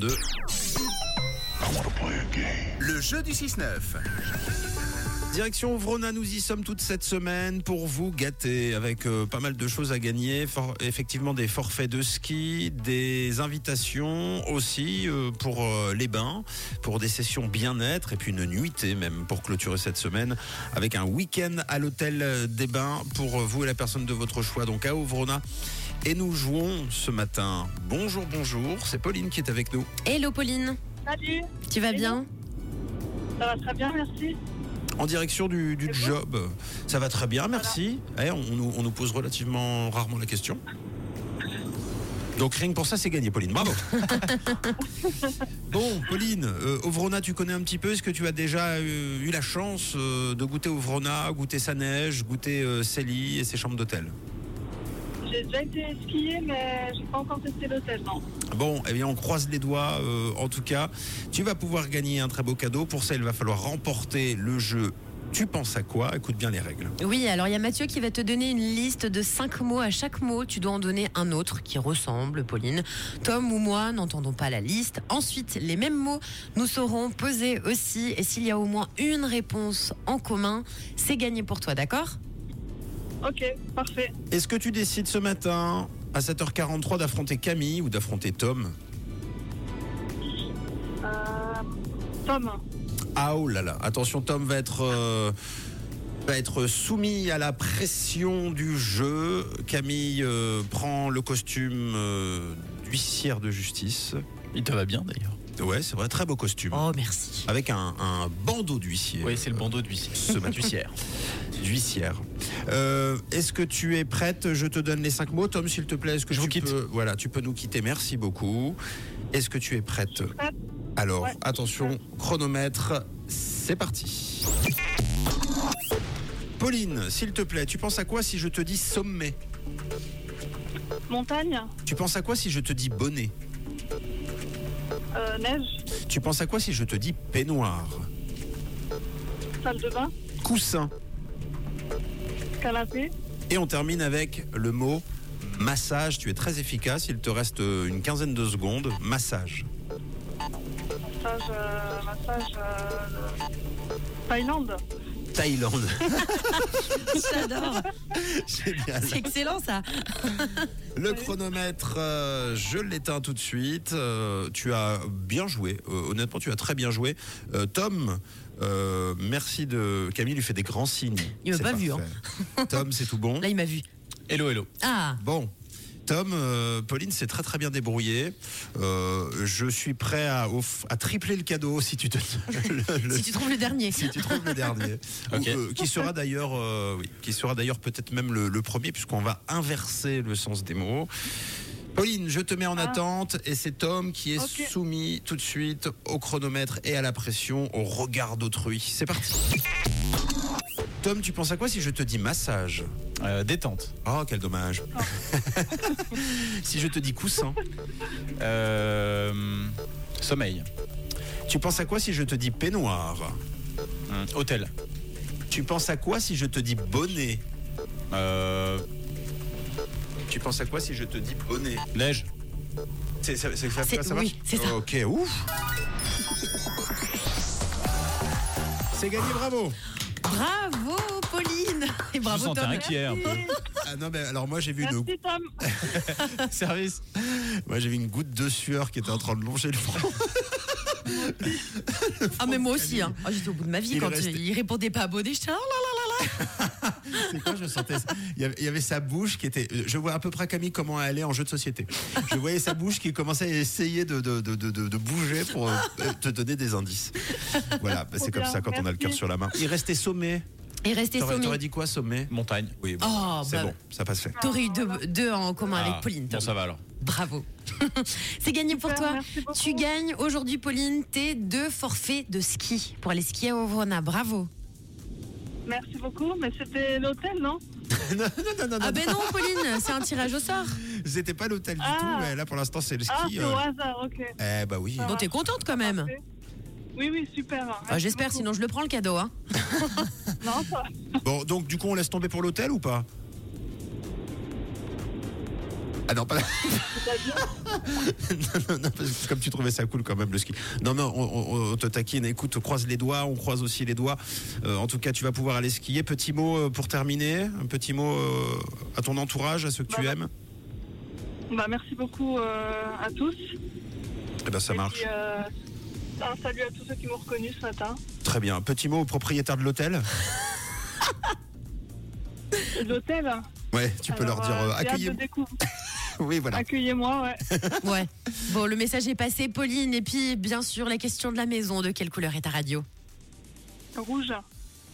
2. Le jeu du 6-9. Direction Vrona, nous y sommes toute cette semaine pour vous gâter avec euh, pas mal de choses à gagner. For- effectivement, des forfaits de ski, des invitations aussi euh, pour euh, les bains, pour des sessions bien-être et puis une nuitée même pour clôturer cette semaine avec un week-end à l'hôtel euh, des bains pour euh, vous et la personne de votre choix, donc à Vrona. Et nous jouons ce matin. Bonjour, bonjour, c'est Pauline qui est avec nous. Hello Pauline, Salut, tu vas Hello. bien ça va très bien, merci. En direction du, du Et vous job, ça va très bien, merci. Eh, on, nous, on nous pose relativement rarement la question. Donc rien que pour ça, c'est gagné, Pauline. Bravo. bon, Pauline, euh, Ovrona, tu connais un petit peu. Est-ce que tu as déjà euh, eu la chance euh, de goûter Ovrona, goûter sa neige, goûter euh, ses lits et ses chambres d'hôtel J'ai déjà été skier, mais j'ai pas encore testé l'hôtel, non. Bon, eh bien, on croise les doigts. euh, en tout cas, tu vas pouvoir gagner un très beau cadeau. Pour ça, il va falloir remporter le jeu. Tu penses à quoi Écoute bien les règles. Oui, alors il y a Mathieu qui va te donner une liste de cinq mots. À chaque mot, tu dois en donner un autre qui ressemble, Pauline. Tom ou moi n'entendons pas la liste. Ensuite, les mêmes mots nous seront posés aussi. Et s'il y a au moins une réponse en commun, c'est gagné pour toi, d'accord Ok, parfait. Est-ce que tu décides ce matin à 7h43 d'affronter Camille ou d'affronter Tom Euh, Tom, Ah oh là là, attention Tom va être euh, va être soumis à la pression du jeu. Camille euh, prend le costume euh, d'huissière de justice. Il te va bien d'ailleurs. Ouais, c'est vrai, très beau costume. Oh, merci. Avec un, un bandeau d'huissier. Oui, c'est le bandeau d'huissier. euh, Ce matin. D'huissière. d'huissière. Euh, est-ce que tu es prête Je te donne les cinq mots. Tom, s'il te plaît, est-ce que Je tu vous quitte. peux- voilà, tu peux nous quitter. Merci beaucoup. Est-ce que tu es prête prête. Alors, Ouais. attention, chronomètre, c'est parti. Pauline, s'il te plaît, tu penses à quoi si je te dis sommet montagne, Tu penses à quoi si je te dis bonnet euh, neige, Tu penses à quoi si je te dis peignoir salle de bain, Coussin canapé, Et on termine avec le mot massage. Tu es très efficace, il te reste une quinzaine de secondes. Massage. massage, euh, massage, euh, Thaïlande. Thaïlande. J'adore. Génial. C'est excellent ça. Le chronomètre, euh, je l'éteins tout de suite. Euh, tu as bien joué. Euh, honnêtement, tu as très bien joué. Euh, Tom, euh, merci de. Camille lui fait des grands signes. Il m'a C'est pas vu, hein. parfait. Tom, c'est tout bon. Là, il m'a vu. Hello, hello. Ah, Bon. Tom, euh, Pauline s'est très très bien débrouillée. Euh, je suis prêt à, off- à tripler le cadeau si tu te le- le- si tu trouves le dernier. si tu trouves le dernier, Ou, Ok. euh, qui sera d'ailleurs, euh, oui, qui sera d'ailleurs peut-être même le, le premier puisqu'on va inverser le sens des mots. Pauline, je te mets en Ah. attente et c'est Tom qui est Ok. soumis tout de suite au chronomètre et à la pression, au regard d'autrui. C'est parti. Tom, tu penses à quoi si je te dis massage Euh, détente. Oh, quel dommage. si je te dis coussin, Euh, sommeil. tu penses à quoi si je te dis peignoir Hum, Hôtel. Tu penses à quoi si je te dis bonnet Euh, Tu penses à quoi si je te dis bonnet neige. C'est ça, c'est ça, C'est- ça oui, marche c'est ça. Ok, ouf. C'est gagné, bravo. Bravo Pauline et Je vous bravo sentais Tom. inquiet un peu. Ah non mais alors moi j'ai vu une, Merci Tom. Service. moi j'ai vu une goutte de sueur qui était en train de longer le front. Ah mais moi aussi, hein. Ah, j'étais au bout de ma vie Il quand reste- il, il répondait pas à Baudet, j'étais oh là C'est quoi je sentais ça. Il y, avait, il y avait sa bouche qui était. Je vois à peu près Camille comment elle allait en jeu de société. Je voyais sa bouche qui commençait à essayer de de, de, de- de- de bouger pour euh, te donner des indices. Voilà, bah, c'est Trop comme bien, ça quand on a le cœur merci. sur la main. Il restait sommet. Ah, là. Et rester T'aurais soumis. t'aurais dit quoi sommet Montagne. Oui. Bon, Oh, c'est bah- bon, ça passe fait. T'aurais eu deux, deux en commun Ah, avec Pauline. Bon, Tom. ça va alors. Bravo. C'est gagné pour Super, toi. Euh, merci beaucoup. Tu gagnes aujourd'hui, Pauline, tes deux forfaits de ski pour aller skier à Ovrona. Bravo. Merci beaucoup, mais c'était l'hôtel, non non, non, non, non, Ah ben non, Pauline, c'est un tirage au sort. C'était pas l'hôtel du Ah. tout, mais là pour l'instant c'est le ski. Ah, c'est euh. au hasard, ok. Eh bah oui. Bon, t'es contente quand même. Parfait. Oui, oui, super. Ah, Merci J'espère, beaucoup. sinon je le prends le cadeau. hein. Non, ça... Bon, donc du coup on laisse tomber pour l'hôtel ou pas Ah non, pas la- C'est avion non, non, non, parce que comme tu trouvais ça cool quand même le ski. Non, non, on, on- on te taquine. Écoute, on croise les doigts, on croise aussi les doigts. Euh, en tout cas, tu vas pouvoir aller skier. Petit mot euh, pour terminer, un petit mot euh, à ton entourage, à ceux que tu Bah, aimes. Bah, merci beaucoup euh, à tous. Eh ben, ça Et marche. puis, euh, un salut à tous ceux qui m'ont reconnu ce matin. Très bien. Petit mot au propriétaire de l'hôtel. Et de L'hôtel. hein. Ouais, tu peux leur dire euh, Ah ben. accueillez. Oui, voilà. Accueillez-moi, ouais. Ouais. Bon, le message est passé, Pauline. Et puis, bien sûr, la question de la maison. De quelle couleur est ta radio Rouge.